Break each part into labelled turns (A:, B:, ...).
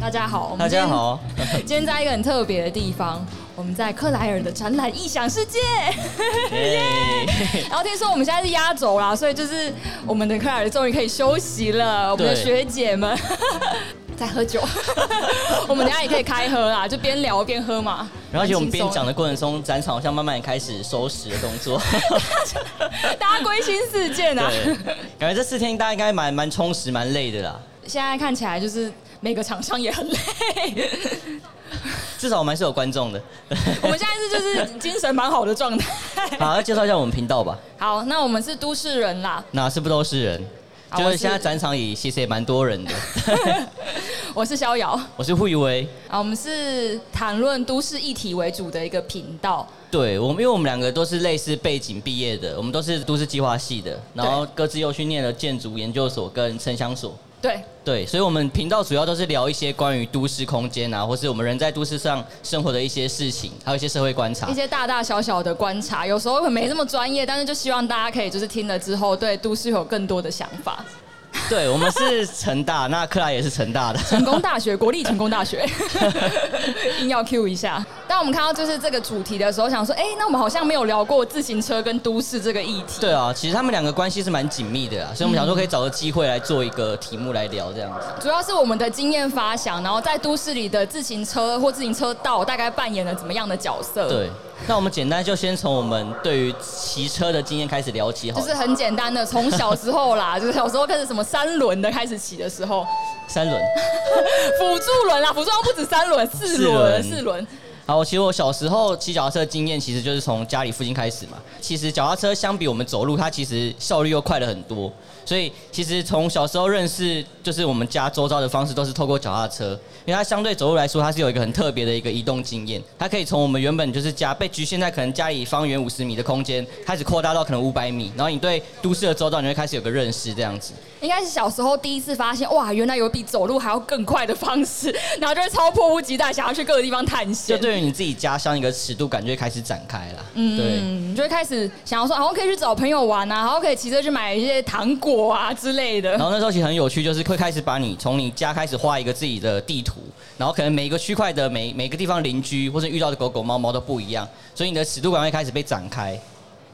A: 大家好，我们
B: 大
A: 今天
B: 家。好，
A: 今天在一个很特别的地方，我们在克莱尔的展览异想世 界。
B: 耶！
A: 然后听说我们现在是压轴啦，所以就是我们的克莱尔终于可以休息了，我们的
B: 对
A: 学姐 们在喝酒， 我们等一下也可以开喝啦，就边聊边喝嘛。
B: 然后而且我们边
A: 蛮轻松
B: 讲的过程中，展场好像慢慢开始收拾的动作。
A: 大家归心似箭啊。
B: 对，感觉这四天大家应该蛮蛮充实、蛮累的啦。
A: 现在看起来就是每个厂商也很 累，
B: 至少我们还是有观众的。
A: 我们现在是就是精神蛮好的状态。
B: 好，要介绍一下我们频道吧。
A: 好，那我们是都市人啦，
B: 哪是不都是人？
A: 好
B: 就
A: 我
B: 是
A: 是
B: 现在展场里其实也蛮多人的。
A: 我是逍遥
B: 我是胡宇威，
A: 啊，我们是谈论都市议题为主的一个频道。
B: 对我们，因为我们两个都是类似背景毕业的，我们都是都市计划系的，然后各自又去念了建筑研究所跟城乡所。
A: 对，
B: 对，所以我们频道主要都是聊一些关于都市空间啊，或是我们人在都市上生活的一些事情，还有一些社会观察
A: 一。些大大小小的观察，有时候没那么专业，但是就希望大家可以就是听了之后对都市有更多的想法。
B: 对，我们是成大，那克莱也是成 大的。
A: 成功大学，国立成功大 学，硬要 Q 一下。当我们看到就是这个主题的时候，想说，哎、那我们好像没有聊过自行车跟都市这个议题。
B: 对啊，其实他们两个关系是蛮紧密的啊，所以我们想说可以找个机会来做一个题目来聊这样子。
A: 主要是我们的经验发想，然后在都市里的自行车或自行车道大概扮演了怎么样的角色？，
B: 对，那我们简单就先从我们对于骑车的经验开始聊起好
A: 就
B: 了。
A: 是很简单的，从小时候啦，就是小时候开始什么三轮的开始骑的时候，
B: 三轮。
A: 辅助轮啦，辅助好像不止三轮，四轮，
B: 四轮
A: 四轮。
B: 好，其实我小时候骑脚踏车的经验，其实就是从家里附近开始嘛。其实脚踏车相比我们走路，它其实效率又快了很多。所以其实从小时候认识，就是我们家周遭的方式，都是透过脚踏车，因为它相对走路来说，它是有一个很特别的一个移动经验。它可以从我们原本就是家被局限在可能家里方圆五十米的空间，开始扩大到可能五百米，然后你对都市的周遭，你会开始有个认识这样子。
A: 应该是小时候第一次发现，哇，原来有比走路还要更快的方式，然后就会超迫不及待想要去各个地方探
B: 就
A: 险。
B: 对于你自己家乡一个尺度感就会开始展开啦。嗯，对。
A: 嗯，你就会开始想要说，好像可以去找朋友玩啊，好像可以骑车去买一些糖果啊之类的
B: 然。后那时候其实很有趣，就是会开始把你从你家开始画一个自己的地图，然后可能每一个区块的每每个地方邻居或者遇到的狗狗猫猫都不一样，所以你的尺度感会开始被展开。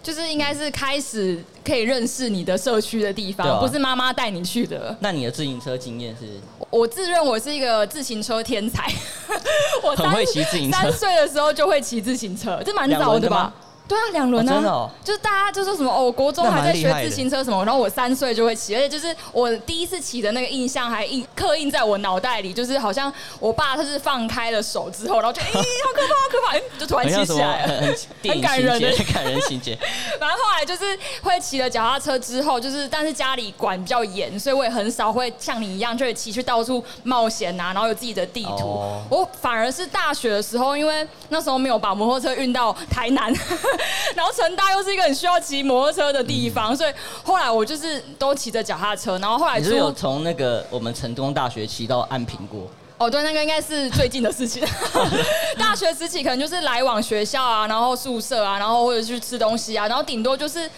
A: 就是应该是开始可以认识你的社区的地方，
B: 对啊
A: 不是妈妈带你去的。
B: 那你的自行车经验是？
A: 我自认我是一个自行车天才， 我
B: 很
A: 三
B: 会骑自行车
A: 三岁的时候就会骑自行车，这蛮
B: 两
A: 早
B: 轮的
A: 的吧
B: 吗？
A: 对啊，两轮啊，
B: 哦真的哦
A: 就是大家就说什么哦，我国中
B: 那蛮
A: 还在
B: 厉害
A: 学
B: 的
A: 自行车什么，然后我三岁就会骑，而且就是我第一次骑的那个印象还印刻印在我脑袋里，就是好像我爸他是放开了手之后，然后就咦、好可怕，好可怕，嗯就突然
B: 很
A: 骑
B: 像什
A: 起
B: 么
A: 来了
B: 很。 很电影
A: 感人
B: 情节
A: 的，
B: 很感人 情节。
A: 反正后来就是会骑了脚踏车之后，就是但是家里管比较严，所以我也很少会像你一样，就是骑去到处冒险啊，然后有自己的地图。
B: 哦
A: 我反而是大学的时候，因为那时候没有把摩托车运到台南， 然后成大又是一个很需要骑摩托车的地方，所以后来我就是都骑着脚踏车，然后后来
B: 你是
A: 出
B: 不是有从那个我们成功大学骑到安平过？
A: 哦，对，那个应该是最近的事情。 大学时期可能就是来往学校啊，然后宿舍啊，然后或者去吃东西啊，然后顶多就是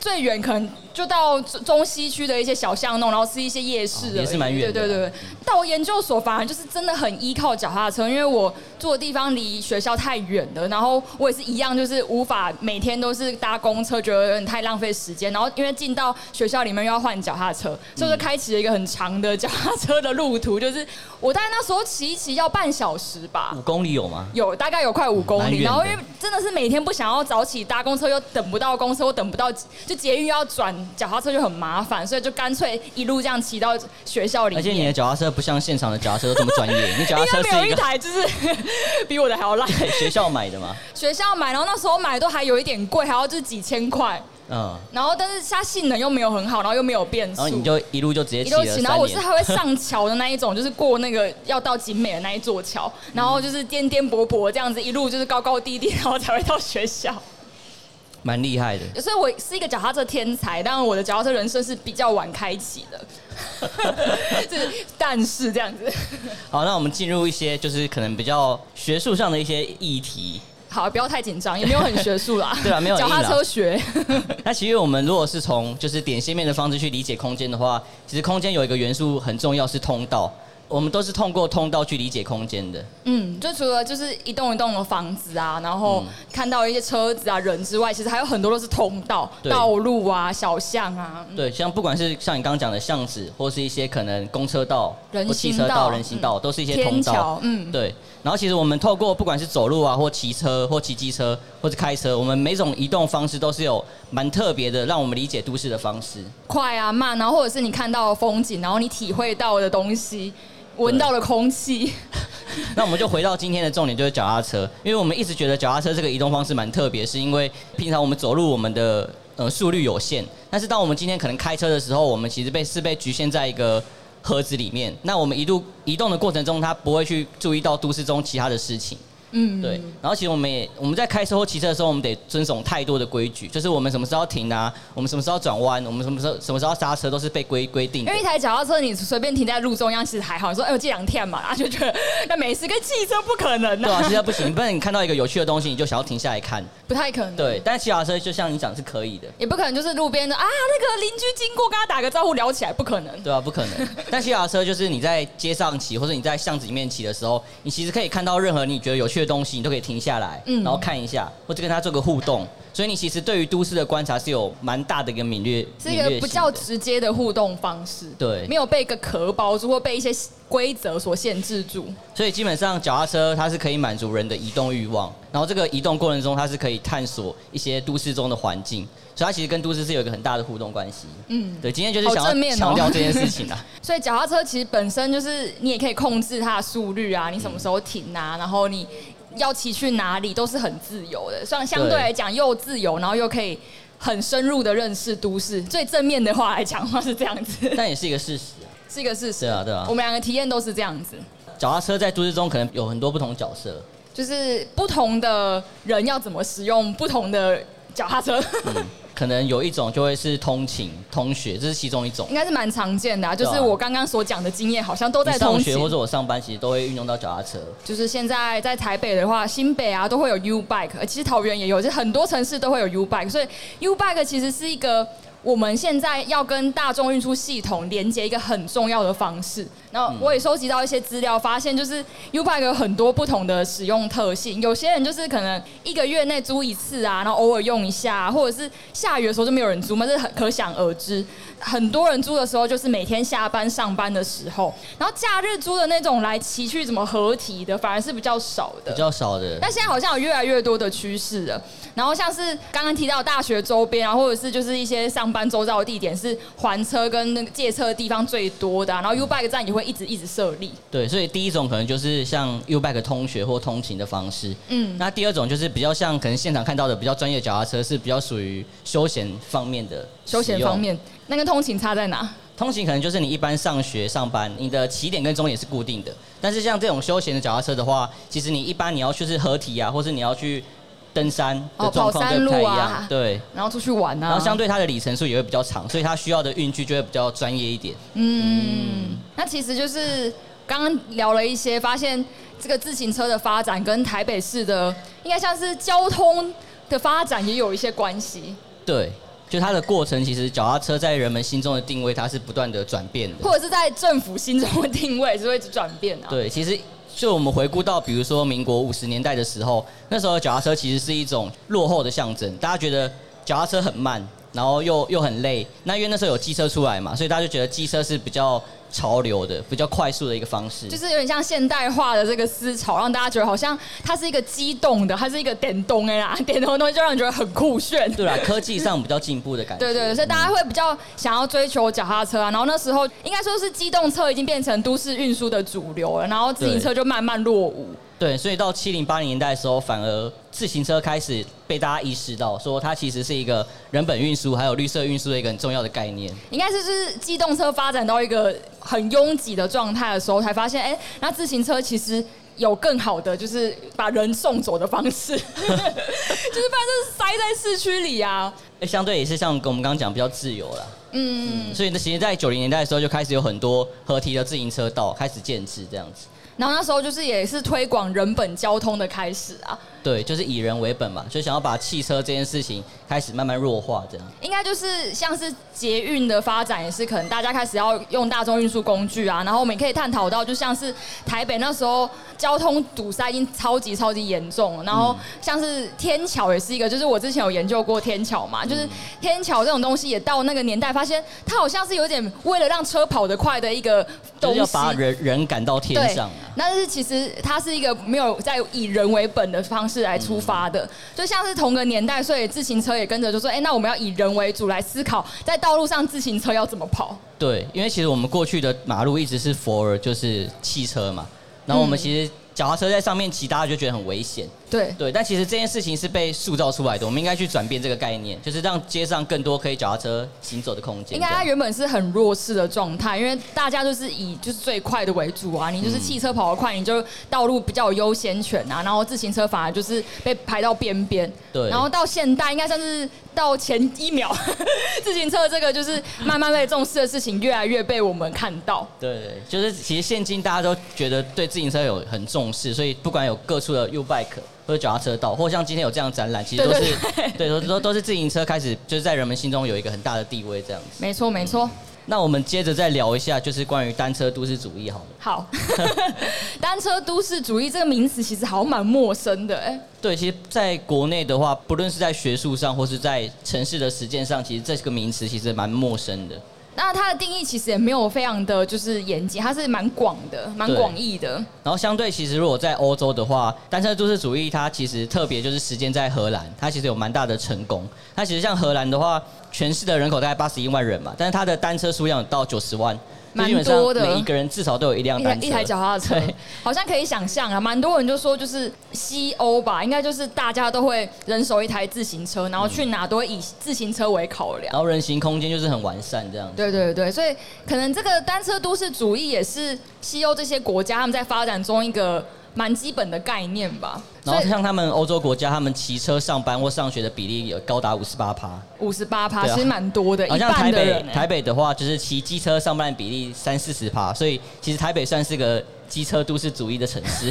A: 最远可能就到中中西区的一些小巷弄，然后吃一些夜市
B: 哦
A: 而已、
B: 也是蛮远的
A: 对对对对。但我研究所反而就是真的很依靠脚踏车，因为我住的地方离学校太远了，然后我也是一样，就是无法每天都是搭公车，觉得有点太浪费时间。然后因为进到学校里面又要换脚踏车，
B: 嗯
A: 所以我就开启了一个很长的脚踏车的路途，就是我大概那时候骑一骑要半小时吧。
B: 五公里有吗？
A: 有大概有快五公
B: 嗯蛮远
A: 里，
B: 的
A: 然后因为真的是每天不想要早起搭公车，又等不到公车，又等不到就捷运又要转脚踏车就很麻烦，所以就干脆一路这样骑到学校里
B: 而且你
A: 面。
B: 的脚踏车不像现场的脚踏车都这么专业，你脚踏
A: 应该
B: 车
A: 没有
B: 是
A: 一
B: 一个
A: 台就是比我的还要烂，
B: 学校买的嘛？
A: 学校买，然后那时候买都还有一点贵，还要就是几千块，
B: 嗯，
A: 然后但是它性能又没有很好，然后又没有变速，
B: 然后你就一路就直接
A: 一
B: 骑
A: 六
B: 了
A: 七，
B: 三
A: 然后我是
B: 年。
A: 还会上桥的那一种，就是过那个要到景美的那一座桥，然后就是颠颠簸簸这样子，一路就是高高低低，然后才会到学 校。
B: 蛮厉害的。
A: 所以我是一个脚踏车天才，但我的脚踏车人生是比较晚开启 的，就是但是这样子。
B: 好，那我们进入一些就是可能比较学术上的一些议题。。
A: 好，不要太紧张，也没有很学术啦
B: 对啊没有很
A: 脚
B: 硬啦
A: 踏车学。
B: 那其实我们如果是从就是点线面的方式去理解空间的话，其实空间有一个元素很重要是通道。我们都是通过通道去理解空间的。
A: 嗯，就除了就是一栋一栋的房子啊，然
B: 嗯
A: 后看到一些车子啊、人之外，其实还有很多都是通道、
B: 对
A: 道路啊、小巷啊。
B: 对，像不管是像你刚刚讲的巷子，或是一些可能公车道、
A: 人
B: 或汽
A: 行
B: 车
A: 道
B: 道、人行道，都是一些
A: 天
B: 通道
A: 桥。嗯
B: 对。然后其实我们透过不管是走路啊，或骑车，或骑机车，或是开车，我们每种移动方式都是有蛮特别的，让我们理解都市的方式。
A: 快啊慢，然后或者是你看到的风景，然后你体会到的东西，闻到的空气，
B: 那我们就回到今天的重点，就是脚踏车，因为我们一直觉得脚踏车这个移动方式蛮特别，是因为平常我们走路我们的呃速率有限，但是当我们今天可能开车的时候，我们其实被是被局限在一个盒子里面。那我们一路移动的过程中，它不会去注意到都市中其他的事情。
A: 嗯，
B: 对，然后其实我们也我们在开车或骑车的时候，我们得遵守太多的规矩，就是我们什么时候停啊，我们什么时候转弯，我们什么时候什么时候刹车，都是被规规定的
A: 因为。一台脚踏车你随便停在路中央，其实还好。你说哎我这两天嘛，然后就觉得那哎没事，跟汽车不可能
B: 对啊，
A: 啊，
B: 其实不行，不然你看到一个有趣的东西，你就想要停下来看。
A: 不太可能。
B: 对，但骑脚踏车就像你讲是可以的，
A: 也不可能就是路边的啊，那个邻居经过跟他打个招呼聊起来，不可能。
B: 对啊，不 可能。但骑脚踏车就是你在街上骑，或者你在巷子里面骑的时候，你其实可以看到任何你觉得有趣的东西，你都可以停下来，
A: 嗯
B: 然后看一下，或者跟它做个互动。所以你其实对于都市的观察是有蛮大的一个敏锐，
A: 是一
B: 敏锐
A: 个
B: 性
A: 不较
B: 的
A: 直接的互动方式，
B: 对
A: 没有被一个壳包住或被一些规则所限制住。
B: 所以基本上脚踏车它是可以满足人的移动欲望，然后这个移动过程中它是可以探索一些都市中的环境，所以它其实跟都市是有一个很大的互动关系。嗯，对，今天就是
A: 好
B: 想
A: 正面
B: 要
A: 哦
B: 强调这件事情啊。
A: 所以脚踏车其实本身就是你也可以控制它的速率啊，你什么时候停
B: 嗯
A: 啊，然后你要骑去哪里都是很自由的，算相对
B: 对
A: 来讲又自由，然后又可以很深入的认识都市。最正面的话来讲话是这样 子，
B: 但也是一个事实啊，
A: 是一个事实
B: 对。啊，对啊
A: 我。们两个体验都是这样子，
B: 脚踏车在都市中可能有很多不同角色，
A: 就是不同的人要怎么使用不同的脚踏车，
B: 可能有一种就会是通勤、通学，这是其中一种
A: 应。该是蛮常见的啊。就
B: 对
A: 是
B: 啊
A: 我刚刚所讲的经验，好像都
B: 你
A: 在
B: 上
A: 同
B: 学
A: 行。
B: 或者我上班，其实都会运用到脚踏车。
A: 就是现在在台北的话，新北啊都会有 U Bike，呃其实桃园也有，就是很多城市都会有 U Bike，所以 U Bike 其实是一个我们现在要跟大众运输系统连接一个很重要的方式。然后我也收集到一些资料，发现就是 U Bike 有很多不同的使用特性，有些人就是可能一个月内租一次啊，然后偶尔用一下、或者是下雨的时候就没有人租嘛，这很可想而知。很多人租的时候就是每天下班上班的时候，然后假日租的那种来骑去怎么合体的，反而是比较少的
B: 比。较少的，
A: 但现在好像有越来越多的趋势了。然后像是刚刚提到大学周边啊，或者是就是一些上班周遭的地点是还车跟那个借车的地方最多的啊、然后 U Bike 站也会一直一直设立。
B: 对，所以第一种可能就是像 U Bike 通学或通勤的方式，
A: 嗯，
B: 那第二种就是比较像可能现场看到的比较专业脚踏车，是比较属于休闲方面的
A: 休闲
B: 使用
A: 方。面，那跟通勤差在哪？
B: 通勤可能就是你一般上学上班，你的起点跟终点是固定的。但是像这种休闲的脚踏车的话，其实你一般你要去是合体啊，或是你要去登山的
A: 哦
B: 状
A: 跑
B: 况
A: 山
B: 就不太一
A: 路啊
B: 样。对，
A: 然后出去玩啊。
B: 然后相对它的里程数也会比较长，所以它需要的运具就会比较专业一点。
A: 嗯，那其实就是刚刚聊了一些，发现这个自行车的发展跟台北市的应该像是交通的发展也有一些关系，
B: 对，就它的过程，其实脚踏车在人们心中的定位，它是不断的转变的。
A: 或者是在政府心中的定位是会一直转变啊。
B: 对，其实就我们回顾到，比如说民国五十年代的时候，那时候脚踏车其实是一种落后的象征，大家觉得脚踏车很慢，然后又又很累。那因为那时候有机车出来嘛，所以大家就觉得机车是比较潮流的、比较快速的一个方式。
A: 就是有点像现代化的这个思潮，让大家觉得好像它是一个机动的，它是一个电动哎 啦，电动的东西就让人觉得很酷炫。
B: 对啊啦，科技上比较进步的感觉。
A: 对对对，所以大家会比较想要追求脚踏车啊。然后那时候应该说是机动车已经变成都市运输的主流了，然后自行车就慢慢落伍。
B: 对，所以到七零八零年代的时候，反而自行车开始被大家意识到，说它其实是一个人本运输还有绿色运输的一个很重要的概念。
A: 应该是就是机动车发展到一个很拥挤的状态的时候，才发现，哎、那自行车其实有更好的，就是把人送走的方式， 就是不然就是塞在市区里啊。
B: 哎相对也是像我们刚刚讲比较自由啦。
A: 嗯，
B: 所以呢，其实，在九零年代的时候就开始有很多合体的自行车道开始建制这样子。
A: 然后那时候就是也是推广人本交通的开始啊，
B: 对，就是以人为本嘛，就想要把汽车这件事情开始慢慢弱化，这样。
A: 应该就是像是捷运的发展，也是可能大家开始要用大众运输工具啊。然后我们也可以探讨到，就像是台北那时候交通堵塞已经超级超级严重了，然后像是天桥也是一个，就是我之前有研究过天桥
B: 嗯
A: 嘛，就是天桥这种东西也到那个年代，发现它好像是有点为了让车跑得快的一个
B: 就
A: 东
B: 是要
A: 西。
B: 把人人赶到天
A: 对，
B: 上啊。
A: 但是其实它是一个没有在以人为本的方式来出发
B: 嗯
A: 的，就像是同个年代，所以自行车也跟着就说，哎、那我们要以人为主来思考，在道路上自行车要怎么跑。
B: 对，因为其实我们过去的马路一直是 for 就是汽车嘛，然
A: 嗯
B: 后我们其实脚踏车在上面骑，大家就觉得很危险。
A: 对，
B: 对，但其实这件事情是被塑造出来的，我们应该去转变这个概念，就是让街上更多可以脚踏车行走的空间。
A: 应该
B: 这
A: 它
B: 样
A: 原本是很弱势的状态，因为大家就是以就是最快的为主啊，你
B: 嗯
A: 就是汽车跑得快，你就道路比较有优先权啊，然后自行车反而就是被排到边边。
B: 对
A: 然后到现代应该算是到前一秒， 自行车这个就是慢慢被重视的事情，越来越被我们看到。
B: 对对，就是其实现今大家都觉得对自行车有很重视，所以不管有各处的 U bike 或者脚踏车道，或像今天有这样的展览，其实都是 对都都都是自行车开始就是在人们心中有一个很大的地位这样子。
A: 没错，没错。
B: 那我们接着再聊一下，就是关于单车都市主义好了。
A: 好， 单车都市主义这个名词其实好像蛮陌生的、哎，
B: 对，其实在国内的话，不论是在学术上或是在城市的实践上，其实这个名词其实蛮陌生的。
A: 那它的定义其实也没有非常的就是严谨，它是蛮广的，蛮
B: 对
A: 广义的。
B: 然后相对，其实如果在欧洲的话，单车都市主义它其实特别就是实践在荷兰，它其实有蛮大的成功。它其实像荷兰的话，全市的人口大概八十一万人嘛，但是它的单车数量有到九十万，
A: 蛮
B: 就基本上
A: 多的
B: 每一个人至少都有一辆
A: 一台
B: 单车。
A: 一台脚踏车
B: 对，
A: 好像可以想象啊，蛮多人就说就是西欧吧，应该就是大家都会人手一台自行车，然后去哪都会以自行车为考量。
B: 然后人行空间就是很完善这样子。
A: 对对对，所以可能这个单车都市主义也是西欧这些国家他们在发展中一个蛮基本的概念吧。
B: 然后
A: 所以
B: 像他们欧洲国家，他们骑车上班或上学的比例有高达五十八趴，
A: 五十八趴
B: 对啊
A: 其实蛮多的，
B: 好
A: 一
B: 像台
A: 半的
B: 北
A: 人、欸
B: 台北的话，就是骑机车上班的比例三四十趴，所以其实台北算是个机车都市主义的城市。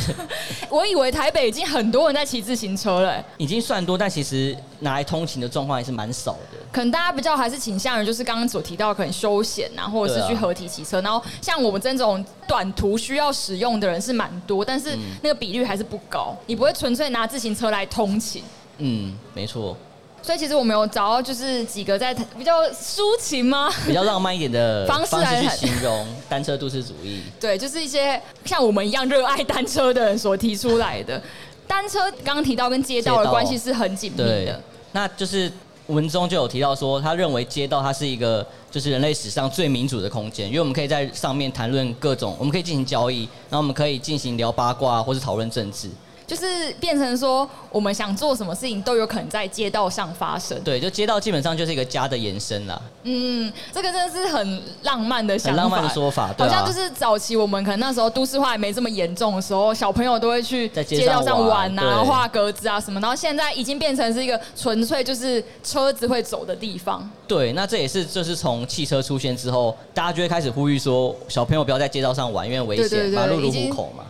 A: 我以为台北已经很多人在骑自行车了、欸
B: 已经算多，但其实拿来通勤的状况还是蛮少的。
A: 可能大家比较还是倾向于就是刚刚所提到可能休闲啊，或者
B: 对
A: 是
B: 啊
A: 去合体骑车。然后像我们这种短途需要使用的人是蛮多，但
B: 嗯
A: 是那个比率还是不高。你不会纯粹拿自行车来通勤。
B: 嗯，没错，
A: 所以其实我们有找到就是几个在比较抒情 吗？
B: 比较浪漫一点的
A: 方
B: 方
A: 式
B: 式去
A: 来
B: 形 容单车都市主义。
A: 对，就是一些像我们一样热爱单车的人所提出来的。单车刚刚提到跟街道
B: 街
A: 的
B: 道
A: 关系是很紧密
B: 嗯对
A: 的，，
B: 那就是文中就有提到说，他认为街道它是一个就是人类史上最民主的空间，因为我们可以在上面谈论各种，我们可以进行交易，然后我们可以进行聊八卦或是讨论政治。
A: 就是变成说我们想做什么事情都有可能在街道上发生。
B: 对，就街道基本上就是一个家的延伸啦，
A: 嗯，这个真的是很浪漫的想
B: 很
A: 法，
B: 浪漫的说法，对
A: 好
B: 啊。
A: 像就是早期我们可能那时候都市化还没这么严重的时候，小朋友都会去
B: 在街
A: 街道上
B: 上玩
A: 玩啊，
B: 对
A: 然后画格子啊什么。然后现在已经变成是一个纯粹就是车子会走的地方。
B: 对，那这也是就是从汽车出现之后，大家就会开始呼吁说，小朋友不要在街道上玩，因为危
A: 对对
B: 险，
A: 对
B: 马路如
A: 已经
B: 虎口嘛。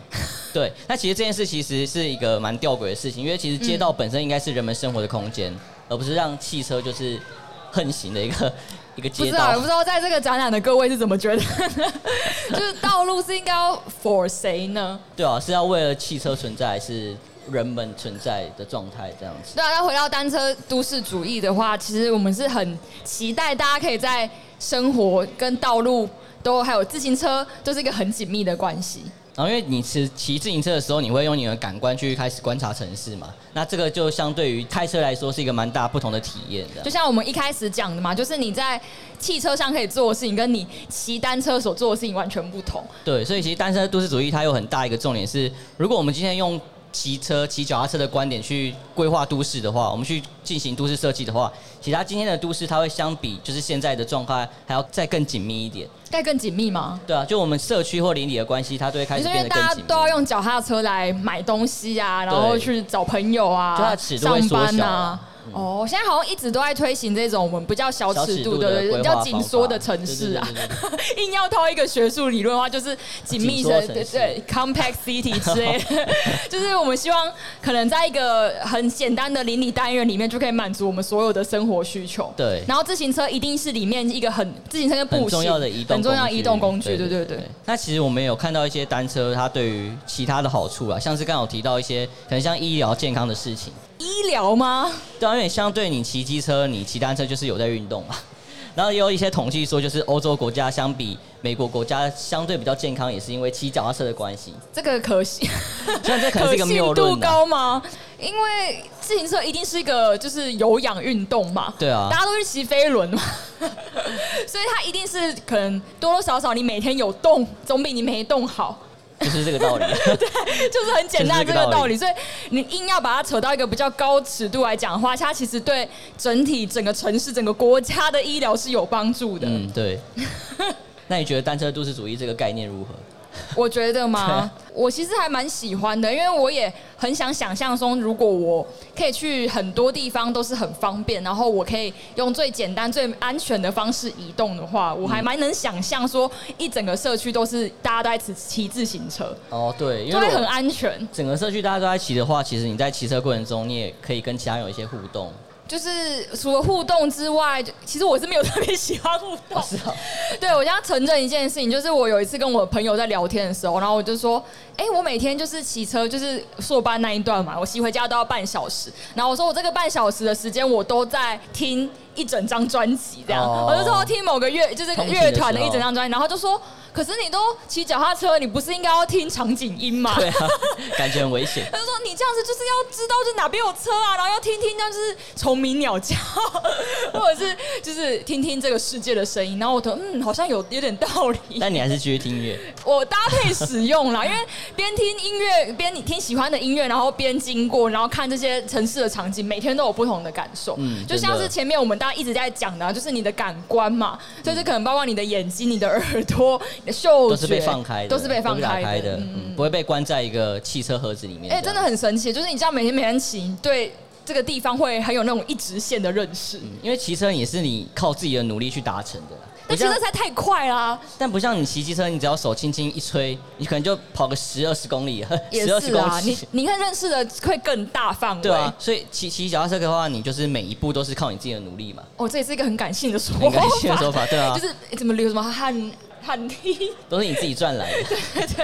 B: 对，那其实这件事其实是一个蛮吊诡的事情，因为其实街道
A: 嗯
B: 本身应该是人们生活的空间，而不是让汽车就是横行的一个一个
A: 不
B: 街
A: 知道，
B: 道
A: 不。知道在这个展览的各位是怎么觉得？ 就是道路是应该要 for 谁呢？
B: 对啊，是要为了汽车存在，还是人们存在的状态这样子？
A: 对啊，要回到单车都市主义的话，其实我们是很期待大家可以在生活跟道路都还有自行车都是一个很紧密的关系。
B: 然后，因为你骑骑自行车的时候，你会用你的感官去开始观察城市嘛，那这个就相对于开车来说是一个蛮大不同的体验的
A: 就。像我们一开始讲的嘛，就是你在汽车上可以做的事情，跟你骑单车所做的事情完全不同。
B: 对，所以其实单车都市主义它有很大一个重点是，如果我们今天用骑车、骑脚踏车的观点去规划都市的话，我们去进行都市设计的话，其实它今天的都市它会相比就是现在的状态还要再更紧密一点。
A: 该更紧密吗？
B: 对啊，就我们社区或邻里的关系，它都会开
A: 你
B: 始
A: 说因
B: 变
A: 为
B: 得
A: 大
B: 更
A: 家
B: 紧
A: 都要
B: 密。
A: 用脚踏车来买东西啊，然后去找朋友啊，
B: 就它
A: 上
B: 的尺度会缩小啊
A: 班啊，哦，现在好像一直都在推行这种我们比较小
B: 小
A: 尺
B: 尺
A: 度
B: 度
A: 的、
B: 的
A: 比
B: 规
A: 较
B: 划
A: 紧
B: 方
A: 缩
B: 法
A: 的城市啊
B: 对对对。
A: 硬要套一个学术理论的话，就是紧密的
B: 紧缩城
A: 对
B: 市
A: 对 compact city 之类的， 就是我们希望可能在一个很简单的邻里单元里面，就可以满足我们所有的生活需求。
B: 对
A: 然后自行车一定是里面一个很自行车跟步行
B: 很重要的移动，
A: 很重要的移动工具，对对对。。
B: 那其实我们也有看到一些单车，它对于其他的好处啊，像是刚好提到一些可能像医疗健康的事情，啊
A: 医疗吗？
B: 对、啊，因为相对你骑机车，你骑单车就是有在运动嘛。然后也有一些统计说，就是欧洲国家相比美国国家相对比较健康，也是因为骑脚踏车的关系。
A: 这个可惜，
B: 虽然这 可能是一个谬
A: 可信度
B: 论、啊，
A: 高吗？因为自行车一定是一个就是有氧运动嘛，
B: 对啊
A: 大家都是骑飞轮嘛， 所以它一定是可能多多少少你每天有动，总比你没动好，
B: 就是这个道理。
A: 就是很简单的
B: 就
A: 这个
B: 是这个
A: 道
B: 道
A: 理。
B: 理
A: 所以你硬要把它扯到一个比较高尺度来讲的话，它其实对整体整个城市、整个国家的医疗是有帮助的。
B: 嗯，对。那你觉得单车都市主义这个概念如何？
A: 我觉得嘛，我其实还蛮喜欢的，因为我也很想想象中，如果我可以去很多地方都是很方便，然后我可以用最简单、最安全的方式移动的话，我还蛮能想象说，一整个社区都是大家都在骑骑自行车，
B: 哦，对，因
A: 就
B: 为
A: 会
B: 我
A: 很安全。
B: 整个社区大家都在骑的话，其实你在骑车过程中，你也可以跟其他人有一些互动。
A: 就是除了互动之外，就其实我是没有特别喜欢互动。
B: 啊，
A: 对，我想要承认一件事情，就是我有一次跟我朋友在聊天的时候，然后我就说，哎、我每天就是骑车，就是硕班那一段嘛，我骑回家都要半小时。然后我说我这个半小时的时间，我都在听一整张专辑，这样。
B: 哦
A: 我就说听某个乐，就是
B: 通勤的
A: 乐团的
B: 时
A: 一
B: 候
A: 整张专辑，然后就说，可是你都骑脚踏车，你不是应该要听场景音 吗？
B: 对啊，感觉很 危险。
A: 他就说：“你这样子就是要知道，就是哪边有车啊，然后要听听，就是虫鸣鸟叫，或者是就是听听这个世界的声音。”然后我觉得，嗯，好像有有点道理。
B: 但你还是继续听音乐，
A: 我搭配使用啦，因为边听音乐边你听喜欢的音乐，然后边经过，然后看这些城市的场景，每天都有不同的感受。
B: 嗯
A: 就像
B: 真
A: 是
B: 的嗯
A: 前面我们大家一直在讲的、啊，就是你的感官嘛，就是可能包括你的眼睛、你的耳朵、你的嗅觉，
B: 都是被放开的，
A: 都是被放
B: 打
A: 开
B: 开
A: 的
B: 的，。嗯不会被关在一个汽车盒子里面。
A: 哎、真的很神奇，就是你这样每天每天骑，你对这个地方会很有那种一直线的认识。
B: 嗯，因为骑车也是你靠自己的努力去达成的啦。
A: 但
B: 不
A: 骑车
B: 像
A: 实，在太快啦，
B: 但不像你骑机车，你只要手轻轻一吹，你可能就跑个十二十公里，
A: 也
B: 十二十
A: 是
B: 公
A: 啊，
B: 里
A: 你，你看认识的会更大范围。
B: 对啊。所以骑骑脚踏车的话，你就是每一步都是靠你自己的努力 嘛。
A: 哦，这也是一个很感性的说法，
B: 很感性的说 法对啊
A: 就是诶怎么流什么汗汗滴，
B: 都是你自己赚来的。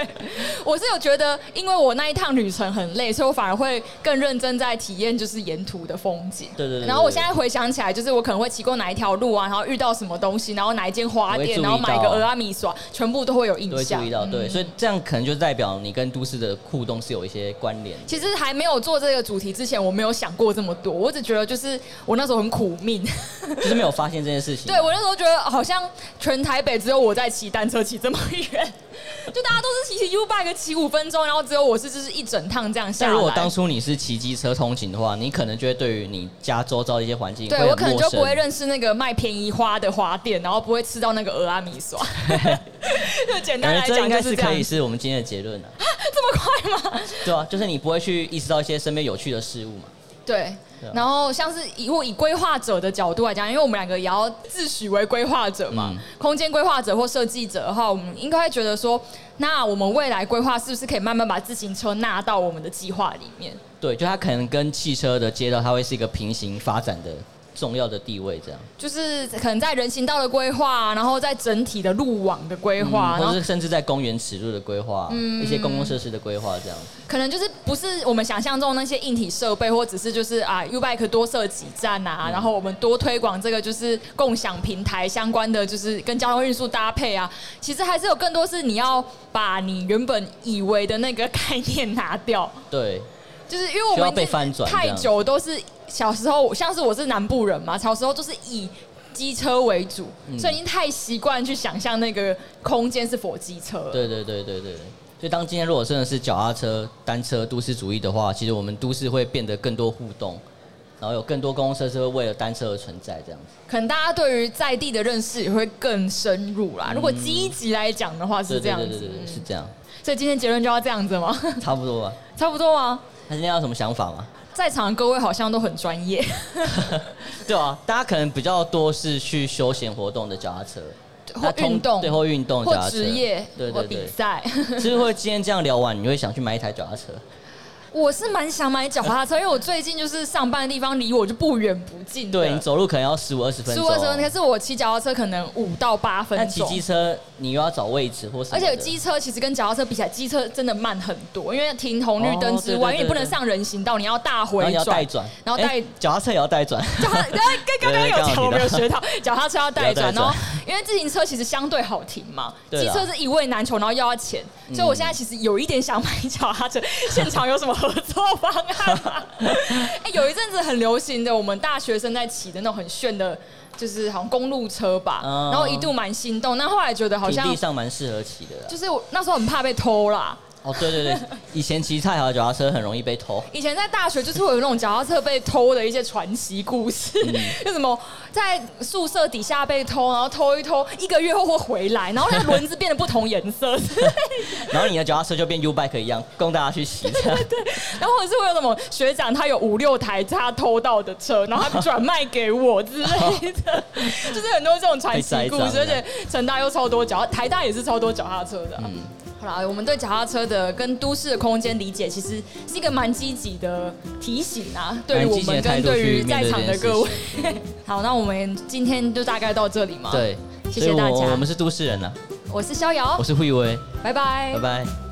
A: 我是有觉得，因为我那一趟旅程很累，所以我反而会更认真在体验就是沿途的风景。
B: 对对对对
A: 然后我现在回想起来，就是我可能会骑过哪一条路啊，然后遇到什么东西，然后哪一间花
B: 我会
A: 店，
B: 注意
A: 然后买个
B: 到
A: 俄阿米耍，全部都会有印
B: 都会
A: 象。嗯
B: 注意到，对，所以这样可能就代表你跟都市的互动是有一些关联的。
A: 其实还没有做这个主题之前，我没有想过这么多，我只觉得就是我那时候很苦命。
B: 就是没有发现这件事情。啊
A: 对我那时候觉得好像全台北只有我在骑单车骑这么远， 就大家都是骑骑 U bike 骑五分钟，然后只有我是就是一整趟这样下
B: 但
A: 来。
B: 如果当初你是骑机车通勤的话，你可能就会对于你家周遭的一些环境
A: 对
B: 会
A: 我
B: 很
A: 可能就
B: 陌
A: 不会
B: 生。
A: 认识那个卖便宜花的花店，然后不会吃到那个俄阿米刷。 就简单
B: 感
A: 来
B: 觉哎这
A: 讲
B: 应
A: 就
B: 该
A: 是
B: 是
A: 这
B: 可
A: 样
B: 以，是我们今天的结论了、啊
A: 这么快吗？
B: 对啊，就是你不会去意识到一些身边有趣的事物嘛。
A: 对
B: 对啊。
A: 然后像是以我以规划者的角度来讲，因为我们两个也要自诩为规划者嘛，
B: 嗯
A: 空间规划者或设计者的话，我们应该会觉得说，那我们未来规划是不是可以慢慢把自行车纳到我们的计划里面？
B: 对，就它可能跟汽车的街道，它会是一个平行发展的重要的地位，这样，
A: 就是可能在人行道的规划，然后在整体的路网的规划，然
B: 嗯或
A: 后嗯
B: 者是甚至在公园尺度的规划，一些公共设施的规划，这样。
A: 可能就是不是我们想象中那些硬体设备，或只是就是啊，U Bike 多设几站啊，
B: 嗯
A: 然后我们多推广这个就是共享平台相关的，就是跟交通运输搭配啊。其实还是有更多是你要把你原本以为的那个概念拿掉，
B: 对，
A: 就是因为我
B: 需要
A: 们
B: 被翻转
A: 太久都是小时候，像是我是南部人嘛，小时候就是以。机车为主，
B: 嗯
A: 所以已经太习惯去想象那个空间是否机车了。
B: 对对对对对。所以当今天如果真的是脚踏车、单车都市主义的话，其实我们都市会变得更多互动，然后有更多公共设施会为了单车而存在，这样子。
A: 可能大家对于在地的认识也会更深入啦。如果积极来讲的话是
B: 对
A: 这
B: 对
A: 样
B: 嗯对对
A: 子
B: 对，，对是这样，
A: 所以今天结论就要这样子吗？
B: 差不多吧。
A: 差不多吗？
B: 那今天有什么想法吗？
A: 在场的各位好像都很专业，
B: 对啊，大家可能比较多是去休闲活动的脚踏车，那
A: 或
B: 通
A: 运动
B: 对，或运动脚
A: 或
B: 踏车
A: 职业
B: 对，
A: 或
B: 对
A: 比
B: 对。
A: 赛。
B: 是会今天这样聊完，你会想去买一台脚踏车？
A: 我是蛮想买脚踏车，因为我最近就是上班的地方离我就不远不近的，
B: 对你走路可能要十五二十分
A: 十
B: 钟，
A: 五二十分钟，可是我骑脚踏车可能五到八分
B: 但骑
A: 钟。
B: 机车你又要找位置或什么
A: 而
B: 的，
A: 且机车其实跟脚踏车比起来，机车真的慢很多，因为停红绿灯之
B: 哦对对
A: 外，
B: 对
A: 因为你不能上人行道，你要大回
B: 然后你要带
A: 转。
B: 转，
A: 然后带
B: 哎脚踏车也要带转，
A: 脚踏，刚刚刚刚有讲，我没有学 到，脚踏车要带转，
B: 要带转
A: 然后因为自行车其实相对好停嘛，
B: 对啊嗯
A: 机
B: 啦
A: 车是一位难求，然后又要钱，所以我现在其实有一点想买脚踏车。现场有什么合作方案 吗？哎，有一阵子很流行的，我们大学生在骑的那种很炫的，就是好像公路车吧，
B: 嗯
A: 然后一度蛮心动，但后来觉得好
B: 平
A: 像
B: 地上蛮适合骑的啦。
A: 就是我那时候很怕被偷啦。
B: 哦，对 对对，以前骑太好的脚踏车很容易被偷。
A: 以前在大学就是会有那种脚踏车被偷的一些传奇故事， 就什么在宿舍底下被偷，然后偷一偷，一个月后会回来，然后那个轮子变得不同颜色，
B: 然后你的脚踏车就变 U bike 一样，供大家去洗。
A: 然后或者是会有什么学长他有五六台他偷到的车，然后他转卖给我之类 的，就是很多这种传奇故
B: 被栽赃
A: 事，
B: 的
A: 而且成大又超多脚，台大也是超多脚踏车的啊、
B: 嗯
A: 好啦，我们对脚踏车的跟都市的空间理解，其实是一个蛮积极的提醒啊，对于我们跟对于在场的各位。 好，那我们今天就大概到这里嘛。，
B: 对，
A: 谢
B: 所以
A: 谢大
B: 我
A: 家哦
B: 我们是都市人呐、
A: 我是逍遥
B: 我，是慧威，
A: 拜拜
B: 拜。拜。